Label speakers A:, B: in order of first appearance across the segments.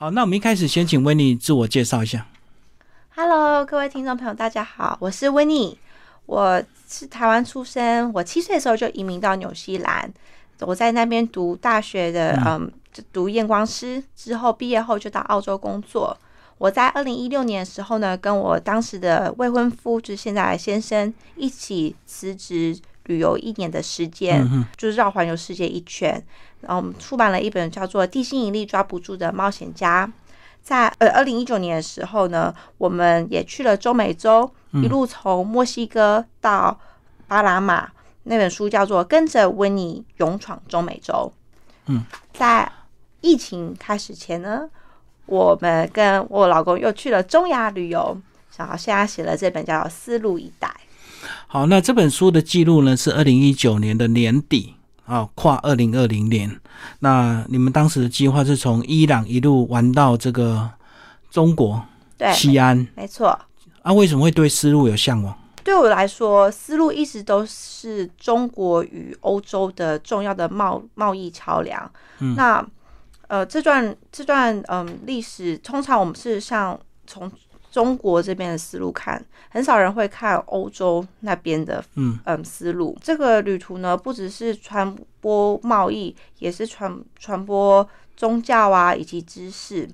A: 好，那我们一开始先请温妮自我介绍一下。
B: Hello，各位听众朋友，大家好，我是温妮，我是台湾出生，我七岁的时候就移民到纽西兰，我在那边读大学的，嗯，就读验光师，之后毕业后就到澳洲工作。我在二零一六年的时候呢，跟我当时的未婚夫，就是现在的先生，一起辞职旅游一年的时间，
A: 嗯哼，
B: 就是绕环游世界一圈。然后我们出版了一本叫做《地心引力抓不住的冒险家》。在呃二零一九年的时候呢，我们也去了中美洲，一路从墨西哥到巴拿马。那本书叫做《跟着温妮勇闯中美洲》。
A: 嗯，
B: 在疫情开始前呢，我们跟我老公又去了中亚旅游，然后现在写了这本叫《丝路一带》。
A: 好，那这本书的记录呢是二零一九年的年底啊，跨二零二零年。那你们当时的计划是从伊朗一路玩到这个中国
B: 对，
A: 西安
B: 没错。
A: 啊？为什么会对丝路有向往？
B: 对我来说，丝路一直都是中国与欧洲的重要的贸贸易桥梁。
A: 嗯
B: 那呃，这段这段嗯历史，通常我们是像从中国这边的丝路看，很少人会看欧洲那边的
A: 嗯
B: 嗯丝路。这个旅途呢，不只是传播贸易，也是传传播宗教啊，以及知识。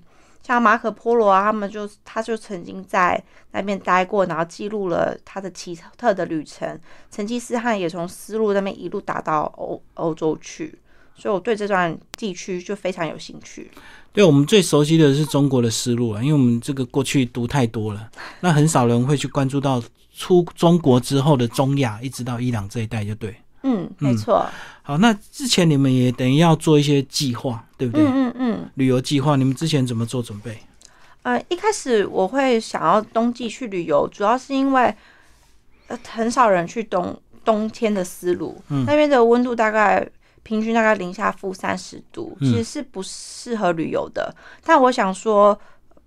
B: 像马可波罗啊，他们就他就曾经在那边待过，然后记录了他的奇特的旅程。成吉思汗也从丝路那边一路打到欧欧洲去，所以我对这段地区就非常有兴趣。
A: 对我们最熟悉的是中国的丝路啊，因为我们这个过去读太多 了，那很少人会去关注到出中国之后的中亚，一直到伊朗这一带就对。
B: 嗯，没错。
A: 好，那之前你们也等于要做一些计划，对不对？
B: 嗯嗯嗯。
A: 旅游计划，你们之前怎么做准备？
B: 呃，一开始我会想要冬季去旅游，主要是因为呃很少人去冬冬天的丝路，
A: 嗯
B: 那边的温度大概平均大概零下负三十度，
A: 嗯
B: 其实是不适合旅游的。但我想说，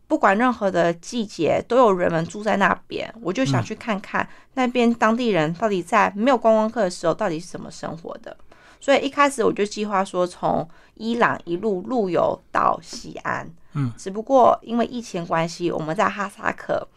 B: 不管任何的季节，都有人们住在那边，我就
A: 嗯
B: 想去看看那边当地人到底在没有观光客的时候到底是怎么生活的。所以一开始我就计划说，从伊朗一路陆游到西安。
A: 嗯，
B: 只不过因为疫情关系，我们在哈萨克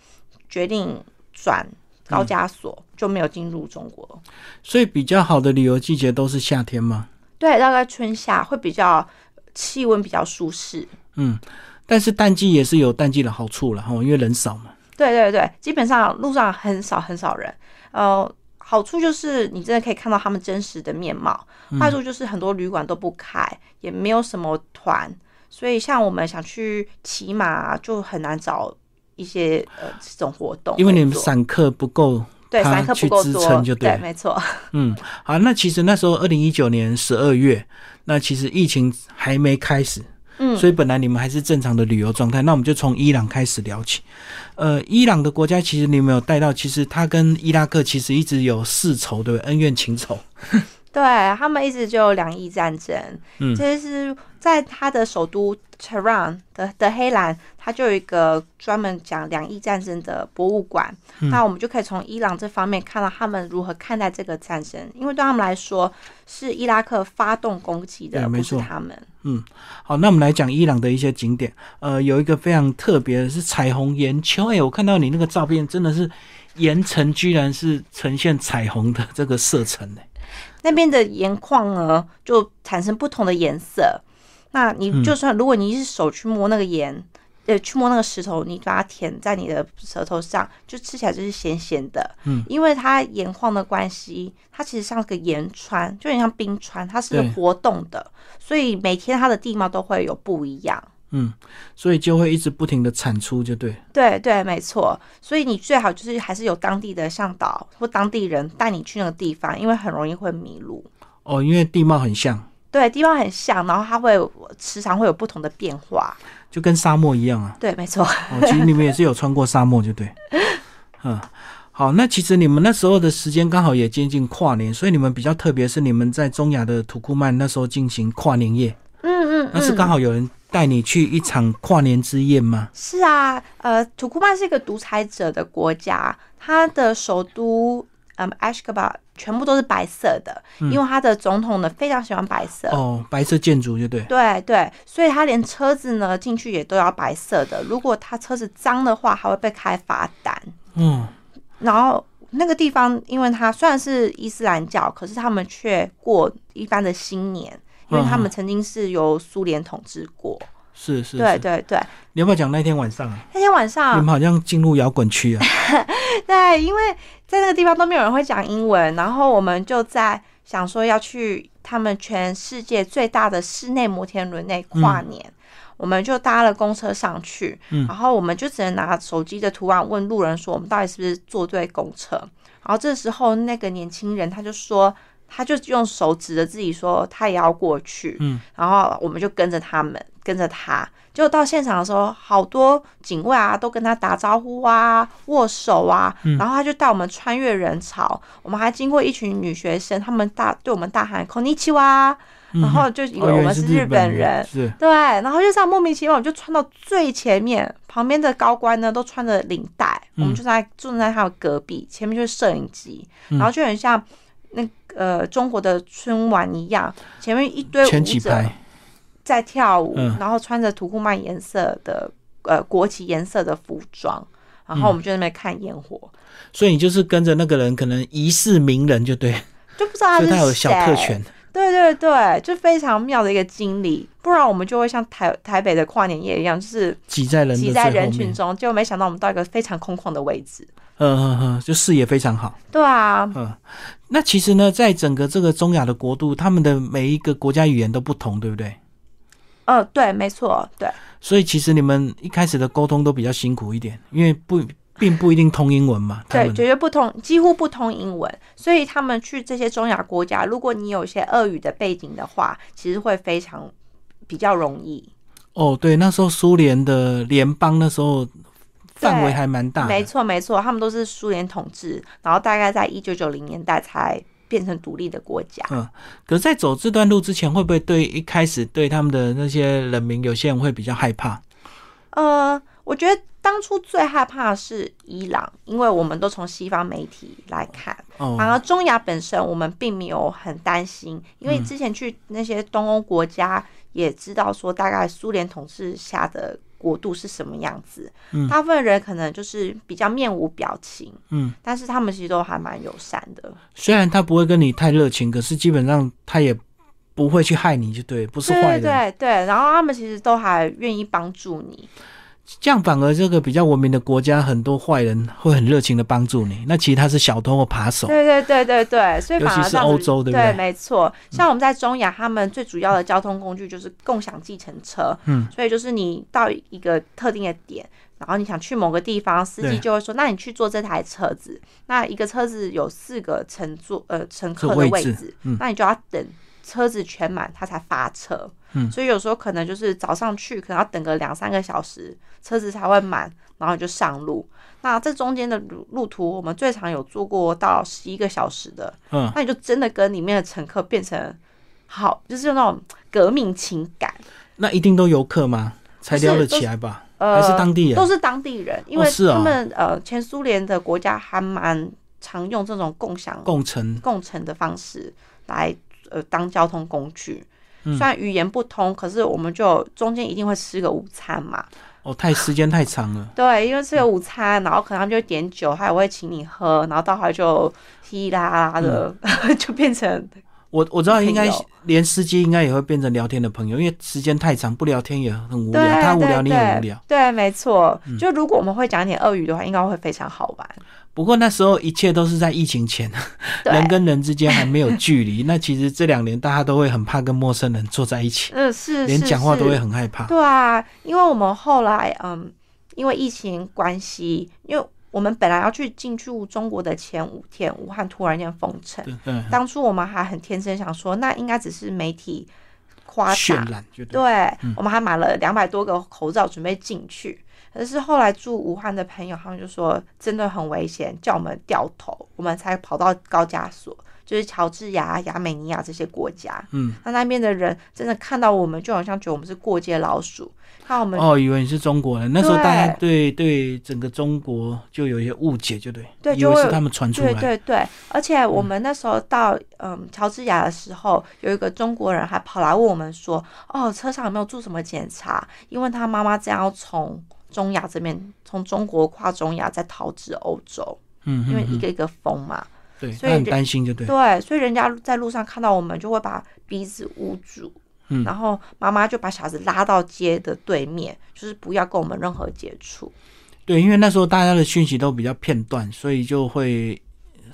B: 决定转
A: 嗯
B: 高加索，就没有进入中国。
A: 所以比较好的旅游季节都是夏天嘛。
B: 对，大概春夏会比较气温比较舒适。
A: 嗯，但是淡季也是有淡季的好处了哈，因为人少嘛。
B: 对对对，基本上路上很少很少人，呃，好处就是你真的可以看到他们真实的面貌，
A: 嗯
B: 坏处就是很多旅馆都不开，也没有什么团，所以像我们想去骑马啊、就很难找一些呃这种活动可以做，
A: 因为你们散客不够。
B: 对
A: 他
B: 散客
A: 去
B: 不够
A: 支
B: 多
A: 撑，就对
B: 对，
A: 了
B: 没错，
A: 嗯，好，那其实那时候二零一九年十二月，那其实疫情还没开始，
B: 嗯，
A: 所以本来你们还是正常的旅游状态。那我们就从伊朗开始聊起。呃，伊朗的国家其实你们有带到，其实它跟伊拉克其实一直有世仇，对不对？恩怨情仇。
B: 对他们一直就有两伊战争，
A: 嗯
B: 其实在他的首都 Tehran 的的黑兰，它就有一个专门讲两伊战争的博物馆。
A: 嗯
B: 那我们就可以从伊朗这方面看到他们如何看待这个战争，因为对他们来说是伊拉克发动攻击的，
A: 对没
B: 不是
A: 错
B: 他们。
A: 好，那我们来讲伊朗的一些景点。呃，有一个非常特别的是彩虹岩丘。哎、我看到你那个照片，真的是岩层居然是呈现彩虹的这个色层、哎
B: 那边的盐矿呢，就产生不同的颜色。那
A: 嗯
B: 你就算如果你是手去摸那个盐，呃，去摸那个石头，你把它舔在你的舌头上，就吃起来就是咸咸的。
A: 嗯，
B: 因为它盐矿的关系，它其实像个盐川，就很像冰川，它是
A: 对
B: 活动的，所以每天它的地貌都会有不一样。
A: 嗯，所以就会一直不停的产出，就对。
B: 对对，没错。所以你最好就是还是有当地的向导或当地人带你去那个地方，因为很容易会迷路。
A: 哦，因为地貌很像，
B: 对，地方很像，然后它会时常会有不同的变化。
A: 就跟沙漠一样啊。
B: 对，没错。
A: 哦，其实你们也是有穿过沙漠，就对。 嗯，好，那其实你们那时候的时间刚好也接近跨年，所以你们比较特别是你们在中亚的土库曼那时候进行跨年夜，
B: 嗯嗯
A: 那是
B: 嗯，
A: 刚好有人带你去一场跨年之宴吗？
B: 是啊，呃，土库曼是一个独裁者的国家，它的首都。嗯 Ashgabat 全部都是白色的，因为他的总统呢非常喜欢白色。
A: 哦，白色建筑就对，
B: 对对，所以他连车子呢进去也都要白色的。如果他车子脏的话，还会被开罚单。
A: 嗯，
B: 然后那个地方，因为它虽然是伊斯兰教，可是他们却过一般的新年，因为他们曾经是由苏联统治过。
A: 是是
B: 对
A: 是。
B: 对对，
A: 你要不要讲那天晚上啊？
B: 那天晚
A: 你
B: 上
A: 们，好像进入摇滚区 啊？
B: 对，因为在那个地方都没有人会讲英文，然后我们就在想说要去他们全世界最大的室内摩天轮内跨年。我们就搭了公车上去，
A: 嗯
B: 然后我们就只能拿手机的图案问路人说我们到底是不是坐对公车。然后这时候那个年轻人他就说，他就用手指着自己说他也要过去，
A: 嗯，
B: 然后我们就跟着他们，跟着他。结果到现场的时候，好多警卫啊都跟他打招呼啊、握手啊，
A: 嗯
B: 然后他就带我们穿越人潮，我们还经过一群女学生，他们大对我们大喊“こんにちは”，
A: 嗯
B: 然后就以
A: 哦
B: 为我
A: 原来
B: 们
A: 是
B: 日本人，
A: 是
B: 对，然后就这样莫名其妙，我们就穿到最前面，旁边的高官呢都穿着领带，我们就在坐在他的隔壁，前面就是摄影机，
A: 嗯
B: 然后就很像那个、呃中国的春晚一样，前面一堆
A: 前
B: 舞
A: 几
B: 者
A: 排，
B: 在跳舞，
A: 嗯
B: 然后穿着土库曼颜色的呃国旗颜色的服装，然
A: 嗯
B: 后我们就在那边看烟火，
A: 所以你就是跟着那个人，可能疑似名人就对，
B: 就不知道
A: 所
B: 他啊是
A: 以
B: 谁。
A: 他有小特权。
B: 对对对，就非常妙的一个经历，不然我们就会像台台北的跨年夜一样，就是
A: 挤在人
B: 挤
A: 的
B: 在
A: 最
B: 人
A: 后
B: 群
A: 面，
B: 中，就没想到我们到一个非常空旷的位置。
A: 嗯嗯嗯，就视野非常好。
B: 对啊，
A: 嗯，那其实呢，在整个这个中亚的国度，他们的每一个国家语言都不同，对不对？
B: 呃，对，没错，对，
A: 所以其实你们一开始的沟通都比较辛苦一点，因为不并不一定通英文嘛。他
B: 对，
A: 们
B: 绝对不通，几乎不通英文，所以他们去这些中亚国家，如果你有一些俄语的背景的话，其实会非常比较容易。
A: 哦，对，那时候苏联的联邦那时候范围还蛮大
B: 没
A: 的，
B: 错，没错，他们都是苏联统治，然后大概在一九九零年代才变成独立的国家。
A: 嗯可是在走这段路之前，会不会对一开始对他们的那些人民，有些人会比较害怕？嗯
B: 呃，我觉得当初最害怕的是伊朗，因为我们都从西方媒体来看，
A: 哦，
B: 反而中亚本身我们并没有很担心，
A: 嗯
B: 因为之前去那些东欧国家也知道说大概苏联统治下的国度是什么样子，
A: 嗯
B: 大部分人可能就是比较面无表情，
A: 嗯，
B: 但是他们其实都还蛮友善的，
A: 虽然他不会跟你太热情，可是基本上他也不会去害你，就对，不是
B: 对
A: 坏
B: 对
A: 人。
B: 对对，然后他们其实都还愿意帮助你，
A: 这样反而这个比较文明的国家，很多坏人会很热情的帮助你。那其实他是小偷或扒手，
B: 对对对对对，所以
A: 尤
B: 反
A: 其
B: 而
A: 是
B: 这样子
A: 欧洲对嗯
B: 对
A: 不对
B: 没错。像我们在中亚，他们最主要的交通工具就是共享计程车，
A: 嗯，
B: 所以就是你到一个特定的点。然后你想去某个地方，司
A: 对
B: 机就会说：“那你去坐这台车子。”那一个车子有四个乘坐呃乘客的
A: 位
B: 位
A: 置
B: 置，
A: 嗯
B: 那你就要等车子全满，他才发车。
A: 嗯
B: 所以有时候可能就是早上去，可能要等个两三个小时，车子才会满，然后你就上路。那这中间的路路途，我们最常有坐过到十一个小时的，
A: 嗯，
B: 那你就真的跟里面的乘客变成好，就是那种革命情感。
A: 那一定都游客吗？才
B: 不是
A: 聊得
B: 都是
A: 起来吧？还
B: 呃，
A: 是当地人
B: 都是当地人，因为
A: 哦是哦
B: 他们、呃前苏联的国家还蛮常用这种共享
A: 共乘？
B: 共乘的方式来呃当交通工具。
A: 嗯
B: 虽然语言不通，可是我们就中间一定会吃个午餐嘛。
A: 哦，太时间太长了。
B: 对，因为吃个午餐，然后可能他们就点酒，他也会请你喝，然后到后来就稀啦啦的，
A: 嗯
B: 就变成
A: 我我知道，应该
B: 朋友
A: 连司机应该也会变成聊天的朋友，因为时间太长，不聊天也很无
B: 对
A: 聊。他无聊，
B: 对
A: 你也无聊。嗯
B: 对，对没错。就如果我们会讲一点俄语的话，应该会非常好玩。
A: 不过那时候一切都是在疫情前，
B: 对
A: 人跟人之间还没有距离。 那其实这两年大家都会很怕跟陌生人坐在一起，
B: 嗯，是，
A: 连
B: 是
A: 讲话都会
B: 是
A: 很害怕。
B: 对啊，因为我们后来嗯，因为疫情关系，因为我们本来要去进驻中国的前五天，武汉突然间封城。
A: 对，嗯，
B: 当初我们还很天真想说，那应该只是媒体夸
A: 渲
B: 大，
A: 染就对。嗯
B: 对，我们还买了两百多个口罩准备进去。可是后来住武汉的朋友，他们就说真的很危险，叫我们掉头，我们才跑到高加索。就是乔治亚、亚美尼亚这些国家。
A: 嗯，
B: 那那边的人真的看到我们，就好像觉得我们是过街老鼠，看我们
A: 哦，以为你是中国人，那时候大家对对整个中国就有一些误解，就对，
B: 对
A: 以为
B: 就会
A: 是他们传出来，嗯
B: 对对对，而且我们那时候到嗯乔治亚的时候，有一个中国人还跑来问我们说，哦，车上有没有做什么检查？因为他妈妈这样要从中亚这边，从中国跨中亚再逃至欧洲，
A: 嗯，
B: 因为
A: 嗯
B: 一个一个封嘛。
A: 对，
B: 所
A: 他
B: 以
A: 很
B: 就
A: 担心，就对，
B: 对，所以人家在路上看到我们，就会把鼻子捂住。
A: 嗯
B: 然后妈妈就把小孩子拉到街的对面，就是不要跟我们任何接触。
A: 对，因为那时候大家的讯息都比较片段，所以就会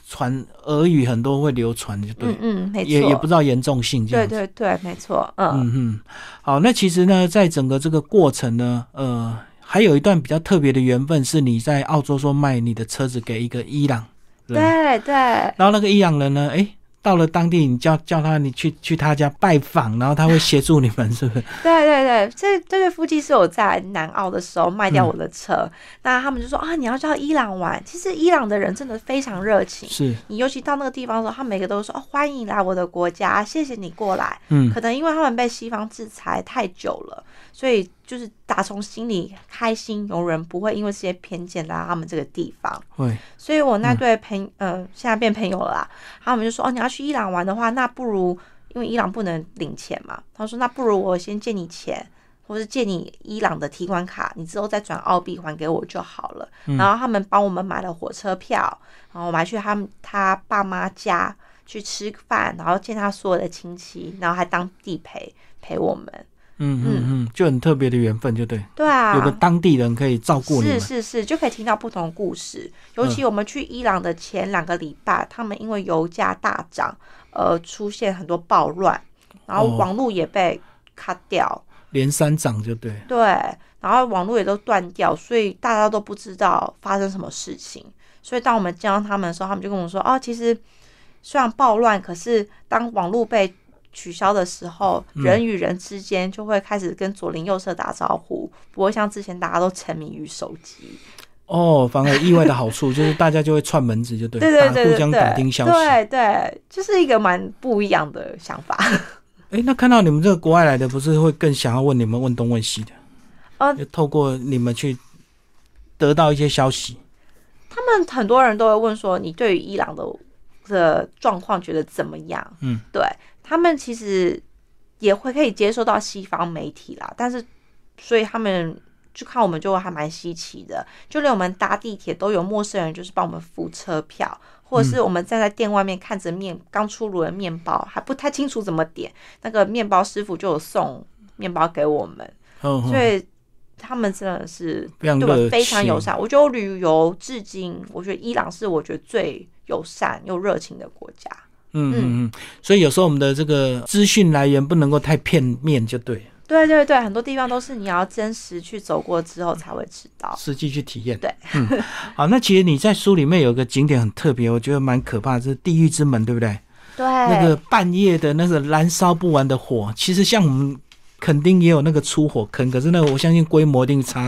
A: 传俄语很多会流传，就对，
B: 嗯嗯，没错，
A: 也也不知道严重性这
B: 对
A: 样子。
B: 对对，没错，嗯
A: 嗯嗯，好，那其实呢，在整个这个过程呢，呃，还有一段比较特别的缘分是你在澳洲说卖你的车子给一个伊朗人，
B: 对对。
A: 然后那个伊朗人呢，诶，到了当地，你叫叫他，你去去他家拜访，然后他会协助你们，是不是？
B: 对对对，这这对夫妻是我在南澳的时候卖掉我的车，那他们就说啊，你要到伊朗玩。其实伊朗的人真的非常热情，
A: 是，
B: 你尤其到那个地方的时候，他每个都说、哦、欢迎来我的国家，谢谢你过来。
A: 嗯，
B: 可能因为他们被西方制裁太久了，所以就是打从心里开心，有人不会因为这些偏见来到他们这个地方。
A: 会，
B: 所以我那对朋，嗯、现在变朋友了啦。他们就说，哦，你要去伊朗玩的话，那不如因为伊朗不能领钱嘛，他说那不如我先借你钱，或是借你伊朗的提款卡，你之后再转澳币还给我就好了。
A: 嗯
B: 然后他们帮我们买了火车票，然后我们还去他们他爸妈家去吃饭，然后见他所有的亲戚，然后还当地陪陪我们。
A: 嗯嗯嗯，就很特别的缘分，就对，
B: 对啊，
A: 有个当地人可以照顾你
B: 是
A: 们，嗯
B: 是是，就可以听到不同故事。尤其我们去伊朗的前两个礼拜，他们因为油价大涨，呃，出现很多暴乱，然后
A: 哦
B: 网络也被卡掉，
A: 连三长就对，
B: 对，然后网络也都断掉，所以大家都不知道发生什么事情。所以当我们见到他们的时候，他们就跟我说：“哦，其实虽然暴乱，可是当网络被取消的时候，
A: 嗯
B: 人与人之间就会开始跟左邻右舍打招呼，不会像之前大家都沉迷于手机。”
A: 哦，反而意外的好处 就是大家就会串门子，就对，
B: 对对
A: 打
B: 对
A: 互
B: 对
A: 相
B: 对，
A: 打听消息。
B: 对对，就是一个蛮不一样的想法。
A: 诶，那看到你们这个国外来的，不是会更想要问你们问东问西的？
B: 哦
A: 就透过你们去得到一些消息。
B: 他们很多人都会问说，你对于伊朗的的状况觉得怎么样？
A: 嗯，
B: 对他们其实也会可以接受到西方媒体啦，但是所以他们。就看我们就还蛮稀奇的，就连我们搭地铁都有陌生人，就是帮我们付车票，或
A: 嗯
B: 者是我们站在店外面看着面刚出炉的面包，还不太清楚怎么点，那个面包师傅就有送面包给我们，
A: 嗯，
B: 所
A: 嗯
B: 以他们真的是
A: 非常
B: 对
A: 热
B: 我
A: 情，
B: 非常友善。我觉得我旅游至今，我觉得伊朗是我觉得最友善又热情的国家。
A: 嗯嗯嗯。所以有时候我们的这个资讯来源不能够太片面，就对，
B: 对对对，很多地方都是你要真实去走过之后才会知道。
A: 实际去体验。
B: 对，
A: 嗯，好，那其实你在书里面有一个景点很特别，我觉得蛮可怕，这是地狱之门，对不对？
B: 对，
A: 那
B: 哎
A: 个半夜的那个燃烧不完的火，其实像我们肯定也有那个出火坑，可是那个我相信规模一定 差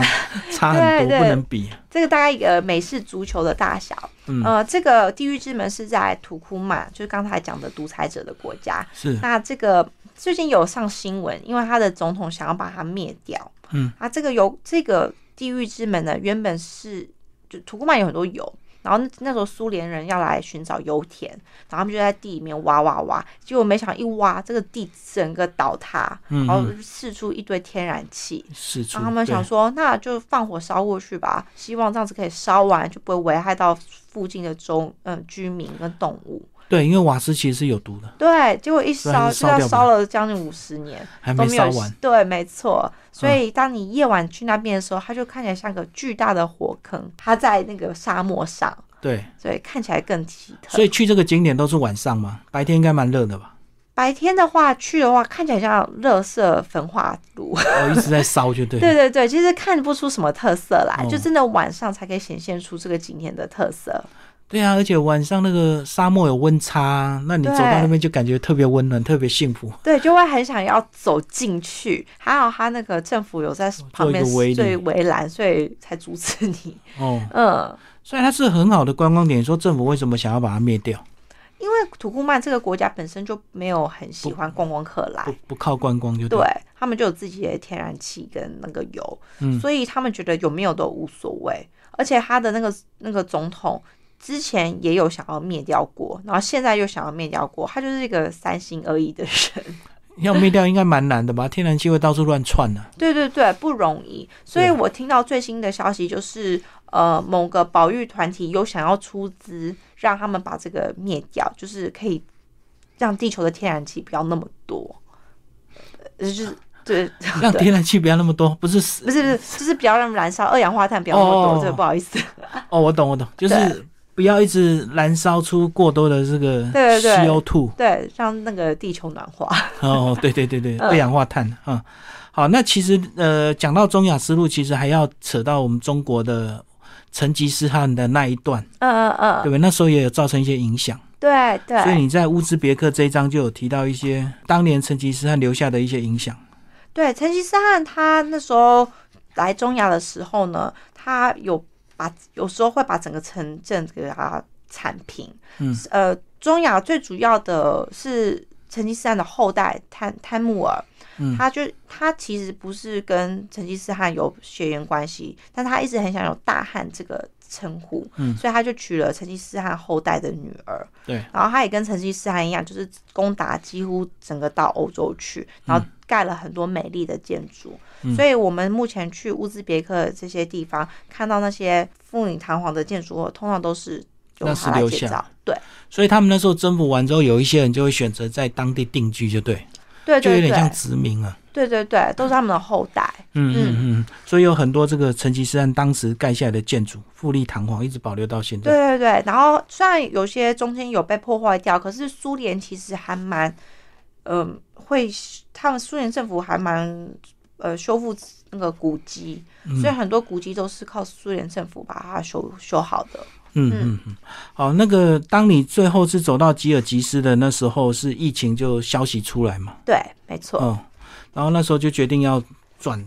A: 差很
B: 对
A: 多，
B: 对
A: 不能比。
B: 这个大概一个美式足球的大小。
A: 嗯
B: 呃，这个地狱之门是在土库曼，就是刚才讲的独裁者的国家。
A: 是，
B: 那这个最近有上新闻，因为他的总统想要把它灭掉。
A: 嗯，
B: 啊，这个油，这个地狱之门呢，原本是就土库曼有很多油，然后那那时候苏联人要来寻找油田，然后他们就在地里面挖挖挖，结果没想到一挖，这个地整个倒塌，
A: 嗯
B: 然后
A: 嗯
B: 释出一堆天然气。
A: 是出。
B: 然啊后他们
A: 对
B: 想说，那就放火烧过去吧，希望这样子可以烧完，就不会危害到附近的中嗯居民跟动物。
A: 对，因为瓦斯其实是有毒的，
B: 对，结果一烧
A: 虽
B: 就
A: 然
B: 要
A: 是烧掉
B: 烧了将近五十年，
A: 还
B: 都
A: 没
B: 没
A: 烧
B: 有
A: 完。
B: 对，没错。所以当你夜晚去那边的时候，它就看起来像个巨大的火坑，它在那个沙漠上，
A: 对，
B: 所以看起来更奇特。
A: 所以去这个景点都是晚上嘛，白天应该蛮热的 吧？
B: 白天的话去的话，看起来像垃圾焚化炉。
A: 哦，一直在烧就对。
B: 对对对，其实看不出什么特色来，
A: 哦
B: 就真的晚上才可以显现出这个景点的特色。
A: 对啊，而且晚上那个沙漠有温差啊，那你走到
B: 对
A: 那边就感觉特别温暖，特别幸福。
B: 对，就会很想要走进去。还好它那个政府有在旁边
A: 哦做一个围
B: 对
A: 篱
B: 围栏，所以才阻止你。
A: 哦，
B: 嗯。
A: 所以它是很好的观光点。说政府为什么想要把它灭掉？
B: 因为土库曼这个国家本身就没有很喜欢观光客来
A: 不，不靠观光就
B: 对他们就有自己的天然气跟那个油，
A: 嗯
B: 所以他们觉得有没有都无所谓。而且他的那个那个总统之前也有想要灭掉过，然后现在又想要灭掉过，他就是一个三心二意的人。
A: 要灭掉应该蛮难的吧？天然气会到处乱窜啊呢、
B: 对对对，不容易。所以
A: 对
B: 我听到最新的消息就是，呃，某个保育团体有想要出资让他们把这个灭掉，就是可以让地球的天然气不要那么多，呃就是 对，
A: 让
B: 对
A: 天然气不要那么多，不是 死
B: 不是不是，就是不要让燃烧二氧化碳不要那么
A: 哦
B: 多，这个不好意思。
A: 哦，我懂我懂，就是
B: 对
A: 不要一直燃烧出过多的这个
B: 对对对
A: CO two
B: 对，让那个地球暖化。
A: 哦，对对对对，
B: 嗯
A: 二氧化碳啊、嗯好，那其实呃，讲到中亚丝路，其实还要扯到我们中国的成吉思汗的那一段，
B: 嗯嗯
A: 对不对？
B: 嗯，
A: 那时候也有造成一些影响。
B: 对对。
A: 所以你在乌兹别克这一章就有提到一些当年成吉思汗留下的一些影响。
B: 对，成吉思汗他那时候来中亚的时候呢，他有把有时候会把整个城镇给它铲平。
A: 嗯，
B: 呃，中亚最主要的是成吉思汗的后代贪贪木尔，
A: 嗯
B: 他就他其实不是跟成吉思汗有血缘关系，但他一直很想有大汗这个称呼，
A: 嗯
B: 所以他就娶了成吉思汗后代的女儿。
A: 对，
B: 然后他也跟成吉思汗一样，就是攻打几乎整个到欧洲去，然后盖了很多美丽的建筑。
A: 嗯
B: 所以我们目前去乌兹别克这些地方，看到那些富丽堂皇的建筑，通常都是由
A: 那是
B: 他来
A: 留
B: 建
A: 下
B: 造。对
A: 所以他们那时候征服完之后，有一些人就会选择在当地定居，就对，
B: 对
A: 就有
B: 对
A: 点
B: 对
A: 像殖民啊。
B: 对对对，都是他们的后代。
A: 嗯
B: 嗯
A: 嗯嗯，所以有很多这个成吉思汗当时盖下来的建筑，富丽堂皇，一直保留到现
B: 对
A: 在。
B: 对对，然后虽然有些中间有被破坏掉，可是苏联其实还蛮，嗯、会他们苏联政府还蛮呃修复那个古迹，
A: 嗯
B: 所以很多古迹都是靠苏联政府把它修修好的。
A: 嗯嗯嗯，好，那个当你最后是走到吉尔吉斯的那时候，是疫情就消息出来嘛，
B: 对，没错，
A: 哦，然后那时候就决定要转，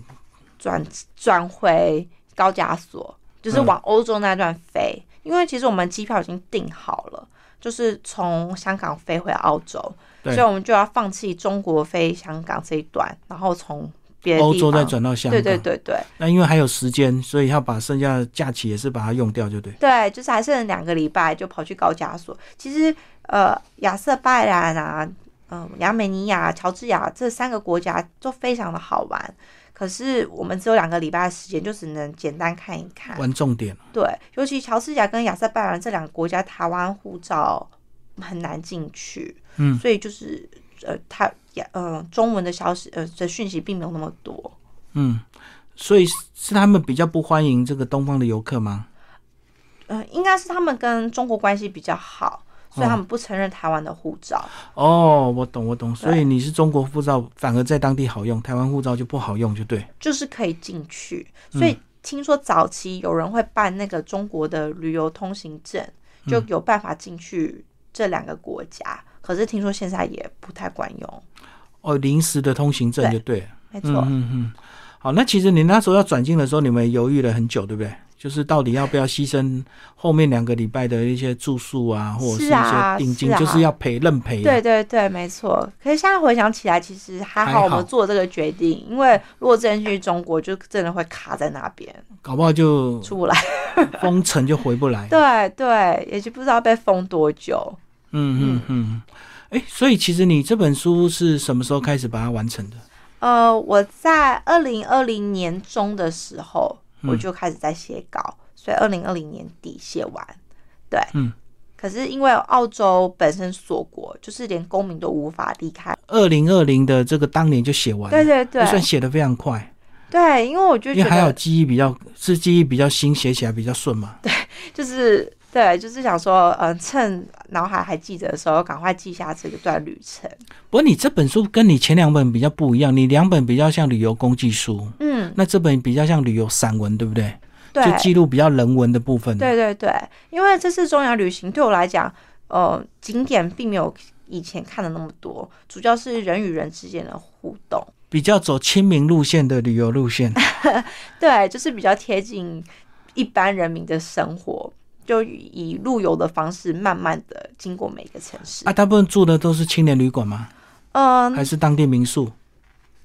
B: 转转回高加索，就是
A: 嗯
B: 往欧洲那段飞，因为其实我们机票已经订好了，就是从香港飞回澳洲，
A: 对
B: 所以我们就要放弃中国飞香港这一段，然后从别的地
A: 欧洲再
B: 方
A: 转到香港。
B: 对对对对
A: 那因为还有时间，所以要把剩下的假期也是把它用掉，就对。
B: 对，就是还剩两个礼拜就跑去高加索。其实呃，亚塞拜然啊，嗯、亚美尼亚、乔治亚这三个国家都非常的好玩。可是我们只有两个礼拜的时间，就只能简单看一看。
A: 玩重点，
B: 对，尤其乔治亚跟亚塞拜然这两个国家，台湾护照很难进去，
A: 嗯
B: 所以就是呃，他也呃，中文的消息呃的讯息并没有那么多。
A: 嗯，所以是他们比较不欢迎这个东方的游客吗？
B: 嗯，应该是他们跟中国关系比较好，所以他们不承认台湾的护照。
A: 哦，我懂，我懂。
B: 对
A: 所以你是中国护照，反而在当地好用，台湾护照就不好用，就对。
B: 就是可以进去。
A: 嗯
B: 所以听说早期有人会办那个中国的旅游通行证，就
A: 嗯
B: 有办法进去这两个国家。可是听说现在也不太管用，
A: 哦，临时的通行证
B: 对
A: 就对了。
B: 没错。
A: 嗯嗯嗯。好，那其实你那时候要转进的时候，你们犹豫了很久，对不对？就是到底要不要牺牲后面两个礼拜的一些住宿啊，或者是一
B: 是啊
A: 些定金，
B: 是啊
A: 就是要赔认赔、啊。
B: 对对对，没错。可是现在回想起来，其实还
A: 还好
B: 好我们做这个决定，因为如果真的去中国，就真的会卡在那边
A: 搞不好就
B: 出不来。
A: 封城就回不来。
B: 对对，也就不知道被封多久。
A: 嗯嗯嗯，哎、所以其实你这本书是什么时候开始把它完成的？
B: 呃，我在二零二零年中的时候，
A: 嗯
B: 我就开始在写稿，所以二零二零年底写完。对，
A: 嗯。
B: 可是因为澳洲本身锁国，就是连公民都无法离开。
A: 二零二零的这个当年就写完
B: 对
A: 了，
B: 对
A: 就算
B: 对
A: 写的非常快，
B: 对，因为我就
A: 因为
B: 觉
A: 还有
B: 得
A: 记忆比较是记忆比较新，写起来比较顺嘛。
B: 就是对，就是想说，嗯、趁脑海还记得的时候，赶快记下这个段旅程。
A: 不过你这本书跟你前两本比较不一样，你两本比较像旅游工具书，
B: 嗯，
A: 那这本比较像旅游散文，对不对？
B: 对，
A: 就记录嗯比较人文的部分。
B: 对对对，因为这次中亚旅行对我来讲，呃，景点并没有以前看的那么多，主要是人与人之间的互动。
A: 比较走亲民路线的旅游 路线。
B: 对，就是比较贴近一般人民的生活。就以路游的方式，慢慢的经过每个城市。
A: 啊，大部分住的都是青年旅馆吗？
B: 嗯、
A: 还是当地民宿？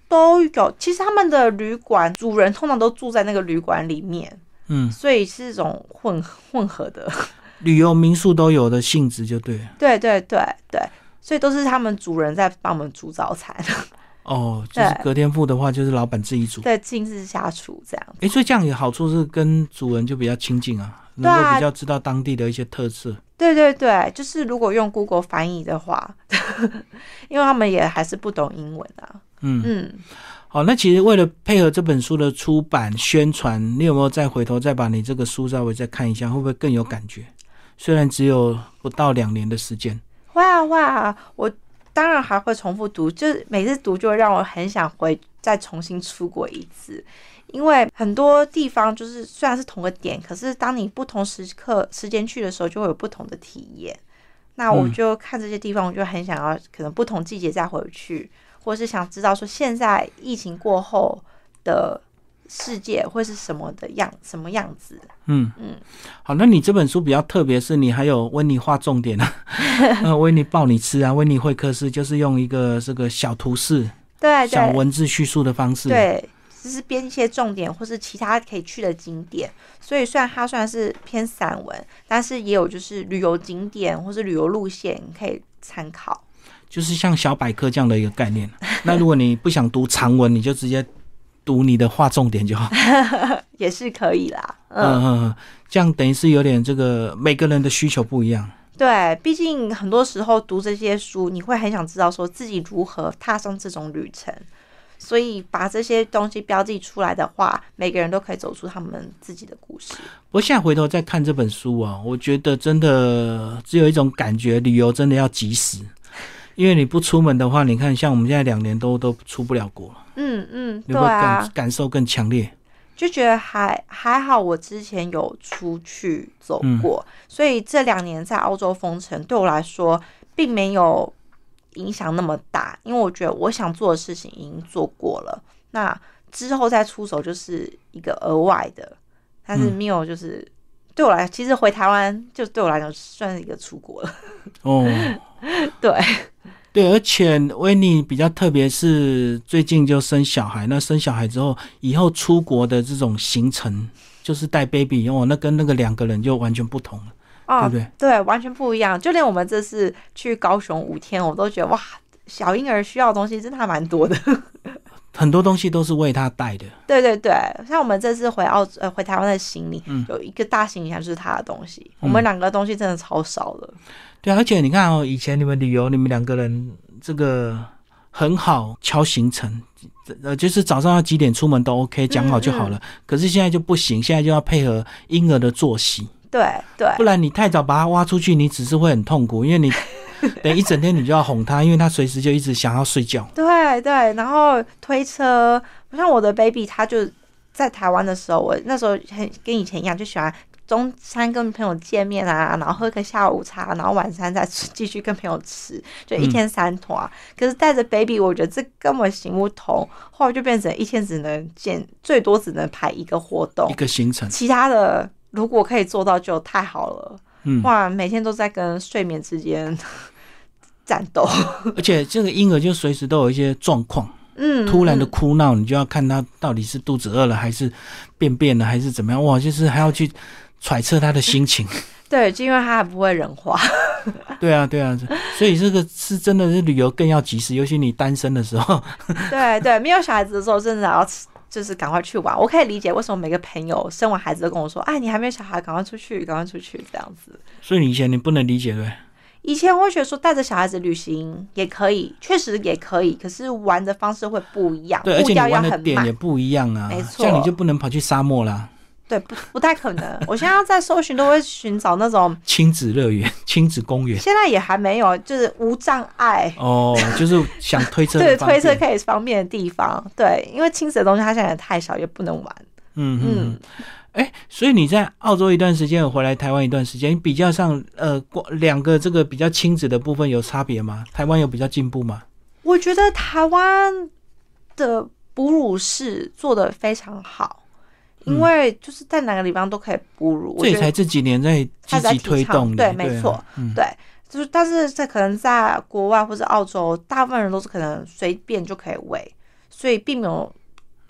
B: 都有。其实他们的旅馆主人通常都住在那个旅馆里面，
A: 嗯，
B: 所以是一种混混合的。
A: 旅游民宿都有的性质就对了。
B: 对对对对，所以都是他们主人在帮我们煮早餐，
A: 哦，就是
B: 对
A: 隔天付的话，就是老板自己煮。
B: 对，亲自下厨这样。
A: 哎，所以这样也好处是跟主人就比较亲近啊，能
B: 对
A: 够
B: 啊
A: 比较知道当地的一些特色。
B: 对对对，就是如果用 Google 翻译的话， 因为他们也还是不懂英文啊。
A: 嗯
B: 嗯，
A: 好，那其实为了配合这本书的出版宣传，你有没有再回头再把你这个书稍微再看一下，会不会更有感觉？虽然只有不到两年的时间，
B: 会啊会啊，我当然还会重复读，就是每次读就会让我很想回再重新出国一次，因为很多地方就是虽然是同个点，可是当你不同时刻时间去的时候，就会有不同的体验。那我
A: 嗯
B: 就看这些地方，我就很想要可能不同季节再回去，或是想知道说现在疫情过后的世界会是什么的样什么样子。
A: 嗯
B: 嗯，
A: 好，那你这本书比较特别，是你还有温妮画重 点啊，呃，温妮抱你吃啊，温妮会客室就是用一个这个小图示、
B: 对
A: 小
B: 哎对
A: 文字叙述的方式，
B: 对，就是编一些重点或是其他可以去的景点。所以虽然它算是偏散文，但是也有就是旅游景点或是旅游路线可以参考。
A: 就是像小百科这样的一个概念。那如果你不想读长文，你就直接读你的画重点就好。
B: 也是可以啦，嗯，
A: 嗯嗯，嗯，这样等于是有点这个每个人的需求不一样。
B: 对，毕竟很多时候读这些书，你会很想知道说自己如何踏上这种旅程，所以把这些东西标记出来的话，每个人都可以走出他们自己的故事。
A: 我现在回头再看这本书啊，我觉得真的只有一种感觉，旅游真的要及时，因为你不出门的话，你看像我们现在两年都都出不了国了，
B: 嗯嗯，
A: 你
B: 对
A: 会感、
B: 啊，
A: 感受更强烈。
B: 就觉得还还好，我之前有出去走过，
A: 嗯
B: 所以这两年在澳洲封城对我来说并没有影响那么大，因为我觉得我想做的事情已经做过了。那之后再出手就是一个额外的，但
A: 嗯
B: 是没有就是、对我来，其实回台湾就对我来讲算是一个出国了。
A: 哦，
B: 对
A: 对，而且维尼比较特别是最近就生小孩，那生小孩之后，以后出国的这种行程就是带 baby 哦，那跟那个两个人就完全不同了，对
B: 哦
A: 不，对？
B: 对，完全不一样。就连我们这次去高雄五天，我都觉得哇，小婴儿需要的东西真的还蛮多的。
A: 很多东西都是为他带的。
B: 对对对，像我们这次回澳呃回台湾的行李，
A: 嗯
B: 有一个大行李箱就是他的东西，我们两个东西真的超少的。
A: 对啊，而且你看哦，以前你们旅游，你们两个人这个很好敲行程，呃，就是早上要几点出门都 OK，讲好就好了。可是现在就不行，现在就要配合婴儿的作息，
B: 对对
A: 不然你太早把他挖出去，你只是会很痛苦，因为你等一整天你就要哄他，因为他随时就一直想要睡觉。
B: 对对，然后推车，像我的 baby，他就在台湾的时候，我那时候很跟以前一样，就喜欢。中餐跟朋友见面啊，然后喝个下午茶，然后晚餐再吃继续跟朋友吃，就
A: 嗯
B: 一天三团、啊。可是带着 baby，我觉得这根本行不通，后来就变成一天只能见最多只能排一个活动
A: 一，个行程，
B: 其他的如果可以做到就太好了。
A: 嗯，
B: 哇，每天都在跟睡眠之间 战斗。
A: 而且这个婴儿就随时都有一些状况，
B: 嗯，
A: 突然的
B: 嗯
A: 哭闹，你就要看他到底是肚子饿了，还是便便了，还是怎么样？哇，就是还要去揣测他的心情。
B: 对，就因为他还不会 人话。
A: 对啊，对啊，所以这个是真的是旅游更要及时，尤其你单身的时候，
B: 对对，没有小孩子的时候，真的要吃就是赶快去玩。我可以理解为什么每个朋友生完孩子都跟我说：“哎，你还没有小孩，赶快出去，赶快出去。”这样子。
A: 所以你以前你不能理解对不对？
B: 以前我会觉得说带着小孩子旅行也可以，确实也可以，可是玩的方式会不一样，
A: 对，而
B: 步
A: 且
B: 调
A: 你
B: 要
A: 玩的
B: 很
A: 点
B: 慢
A: 也。不一样啊
B: 没，错
A: 这样你就不能跑去沙漠啦，
B: 对，不不太可能。我现在在搜寻都会寻找那种
A: 亲子乐园、 亲子公园。
B: 现在也还没有，就是无障碍，
A: 哦，就是想推测
B: 对
A: 的方
B: 推
A: 面，
B: 测可以方便的地方。对，因为亲子的东西它现在也太小，也不能玩。
A: 嗯嗯
B: 嗯，
A: 哎、所以你在澳洲一段时间，有回来台湾一段时间，你比较上呃，过两个这个比较亲子的部分有差别吗？台湾有比较进步吗？
B: 我觉得台湾的哺乳室做的非常好，因为就是在哪个地方都可以哺乳，我
A: 这
B: 觉
A: 也
B: 得
A: 才这几年在积
B: 他在
A: 极
B: 提
A: 推
B: 倡
A: 动的，
B: 对，没
A: 啊
B: 错，，对。就是，但是在可能在国外或者澳洲，大部分人都是可能随便就可以喂，所以并没有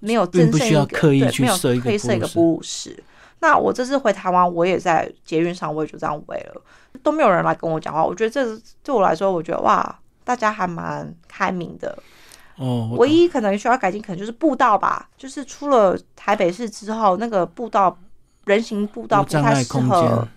B: 没有真
A: 并不
B: 正
A: 需要
B: 一个
A: 刻意
B: 对
A: 去
B: 没有
A: 设一个
B: 刻意
A: 哺
B: 设一
A: 乳
B: 个
A: 室
B: 哺乳室。那我这次回台湾，我也在捷运上我也就这样喂了，都没有人来跟我讲话。我觉得这是对我来说，我觉得哇，大家还蛮开明的。
A: 哦，我
B: 唯一可能需要改进，可能就是步道吧，就是出了台北市之后，那个步道人行步道
A: 有
B: 不
A: 障
B: 太
A: 碍
B: 适
A: 空间
B: 合。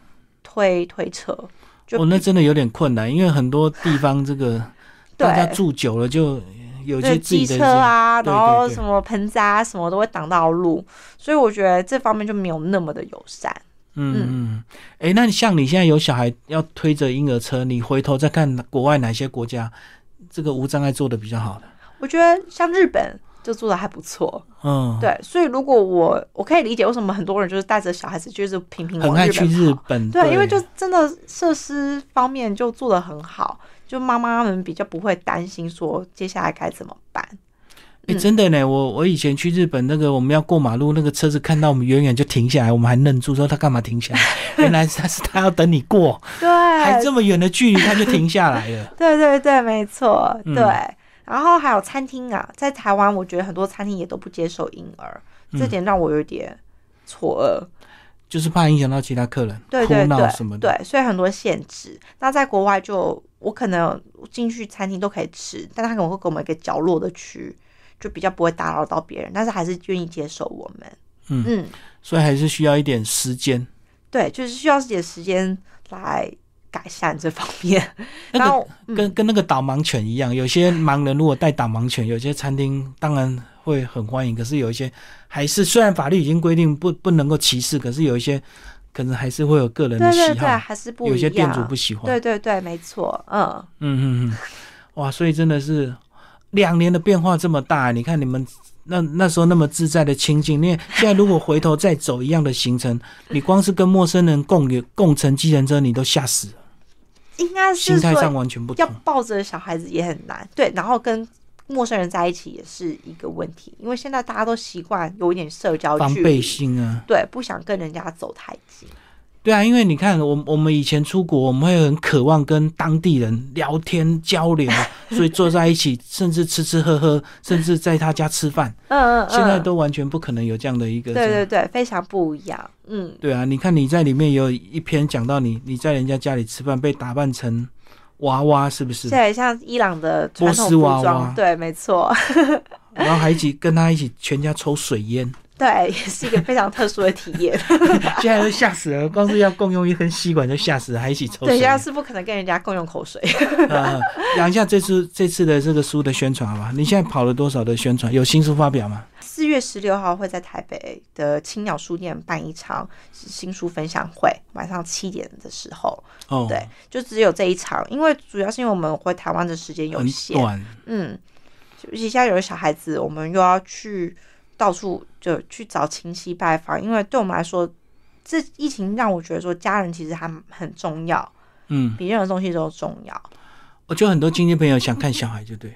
B: 推推车，就
A: 哦，那真的有点困难，因为很多地方这个
B: 对
A: 大家住久了就有一些
B: 对
A: 自己
B: 机
A: 的
B: 车啊，
A: 对
B: 然后
A: 对对
B: 什么盆栽啊，什么都会挡到路，所以我觉得这方面就没有那么的友善。
A: 嗯嗯，哎、那你像你现在有小孩要推着婴儿车，你回头再看国外哪些国家这个无障碍做的比较好的？
B: 我觉得像日本就做的还不错，
A: 嗯，，
B: 对，所以如果我我可以理解为什么很多人就是带着小孩子就是频频
A: 很
B: 往
A: 爱
B: 日
A: 去
B: 本
A: 日
B: 跑，
A: 本，
B: 对，因为就真的设施方面就做的很好，就妈妈们比较不会担心说接下来该怎么办。
A: 哎、
B: 嗯
A: 真的呢，我我以前去日本那个，我们要过马路，那个车子看到我们远远就停下来，我们还愣住说他干嘛停下 来？原来他是他要等你过，还
B: 对，
A: 这么远的距离他就停下来了。
B: 对对对，没错，
A: 嗯
B: 对。然后还有餐厅啊，在台湾，我觉得很多餐厅也都不接受婴儿，
A: 嗯
B: 这点让我有点错愕。
A: 就是怕影响到其他客人，
B: 对对
A: 哭闹什么
B: 对，
A: 的。
B: 对，所以很多限制。那在国外就我可能进去餐厅都可以吃，但他可能会给我们一个角落的区，就比较不会打扰到别人，但是还是愿意接受我们。
A: 嗯
B: 嗯，
A: 所以还是需要一点时间。
B: 对，就是需要一点时间来改善这方面。
A: 那
B: 然
A: 个
B: 后
A: 跟跟那个导盲犬一样，有些盲人如果带导盲犬，有些餐厅当然会很欢迎，可是有一些还是虽然法律已经规定不不能够歧视，可是有一些可能还是会有个人的
B: 对
A: 喜好，
B: 对对，还是不一样。
A: 有些店主不啊喜欢。
B: 对对对，没错，嗯。
A: 嗯嗯嗯，哇，所以真的是两年的变化这么大，你看你们那那时候那么自在的情景，你现在如果回头再走一样的行程，你光是跟陌生人共共乘计程车，你都吓死了，
B: 应该
A: 心
B: 是
A: 态上
B: 说
A: 完全不
B: 要
A: 同。
B: 抱着小孩子也很难，对，然后跟陌生人在一起也是一个问题，因为现在大家都习惯有一点社交
A: 防
B: 距
A: 备
B: 离，
A: 心啊，
B: 对，不想跟人家走太近，
A: 对啊，因为你看，我我们以前出国，我们会很渴望跟当地人聊天交流，啊 所以坐在一起，甚至吃吃喝喝，甚至在他家吃饭，
B: 嗯嗯嗯，
A: 现在都完全不可能有这样的一个
B: 对对对，非常不一样，嗯，
A: 对啊，你看你在里面也有一篇讲到你你在人家家里吃饭被打扮成娃娃，是不是
B: 现？在像伊朗的传统
A: 波斯
B: 服
A: 娃
B: 装，
A: 娃
B: 对，没错，
A: 然后还一起跟他一起全家抽水烟，
B: 对，也是一个非常特殊的体验，
A: 现在都吓死了，光是要共用一根吸管就吓死了，还一起抽水
B: 对，现在
A: 烟。
B: 是不可能跟人家共用口水，
A: 呃，讲一下这次这次的这个书的宣传好吧？你现在跑了多少的宣传？有新书发表吗？
B: 四月十六号会在台北的青鸟书店办一场新书分享会，晚上七点的时候，
A: 哦，
B: 对，就只有这一场，因为主要是因为我们回台湾的时间有
A: 很
B: 限，
A: 短，
B: 嗯，尤其现在有了小孩子，我们又要去到处就去找亲戚拜访，因为对我们来说，这疫情让我觉得说家人其实还很重要，
A: 嗯，
B: 比任何东西都重要。
A: 我就很多亲戚朋友想看小孩，就对，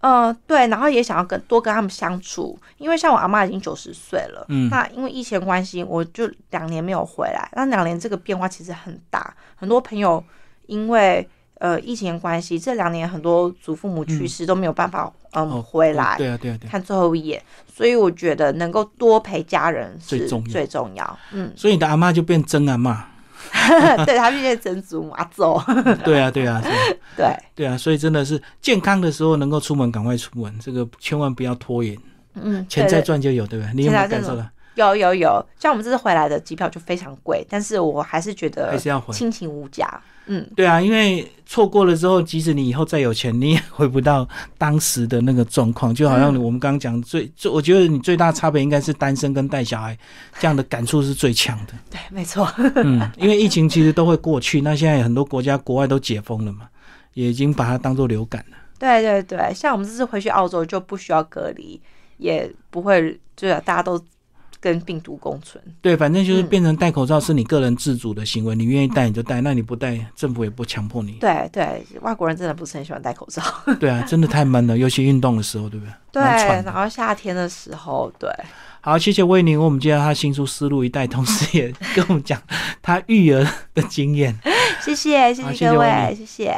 B: 嗯、对，然后也想要跟多跟他们相处，因为像我阿妈已经九十岁了，
A: 嗯
B: 那因为疫情关系，我就两年没有回来，那两年这个变化其实很大，很多朋友因为呃疫情的关系，这两年很多祖父母去世都没有办法嗯、
A: 哦
B: 回来
A: 对啊，对啊，对啊。
B: 看最后一眼，所以我觉得能够多陪家人是
A: 最重要
B: 最重要，嗯，
A: 啊 所以你的阿妈就变真阿妈，
B: 对他们这些曾祖母阿祖，
A: 对啊，对啊，对啊。
B: 对
A: 对啊，所以真的是健康的时候能够出门，赶快出门，这个千万不要拖延，
B: 嗯，
A: 钱
B: 对
A: 再
B: 对
A: 赚就有，对不对？你有没有感受
B: 钱再
A: 到？
B: 有有有，像我们这次回来的机票就非常贵，但是我还是觉得
A: 还是要还？
B: 亲情无价。嗯，
A: 对啊，因为错过了之后，即使你以后再有钱，你也回不到当时的那个状况。就好像
B: 嗯
A: 我们刚刚讲最，最我觉得你最大差别应该是单身跟带小孩这样的感触是最强的。
B: 对，没错，
A: 嗯，因为疫情其实都会过去，那现在很多国家国外都解封了嘛，也已经把它当做流感了。
B: 对对对，像我们这次回去澳洲就不需要隔离，也不会，就是大家都跟病毒共存。
A: 对，反正就是变成戴口罩是你个人自主的行为，你愿意戴你就戴，那你不戴，政府也不强迫你。
B: 对对，外国人真的不是很喜欢戴口罩。
A: 对啊，真的太闷了，尤其运动的时候，对不对？
B: 对，
A: 蛮喘的
B: 然后夏天的时候，对，
A: 好，谢谢威宁，我们介绍他新书《思路一代》，同时也跟我们讲他育儿的经验。
B: 谢谢谢
A: 好谢
B: 谢
A: 谢
B: 各
A: 温
B: 位，
A: 妮
B: 谢谢。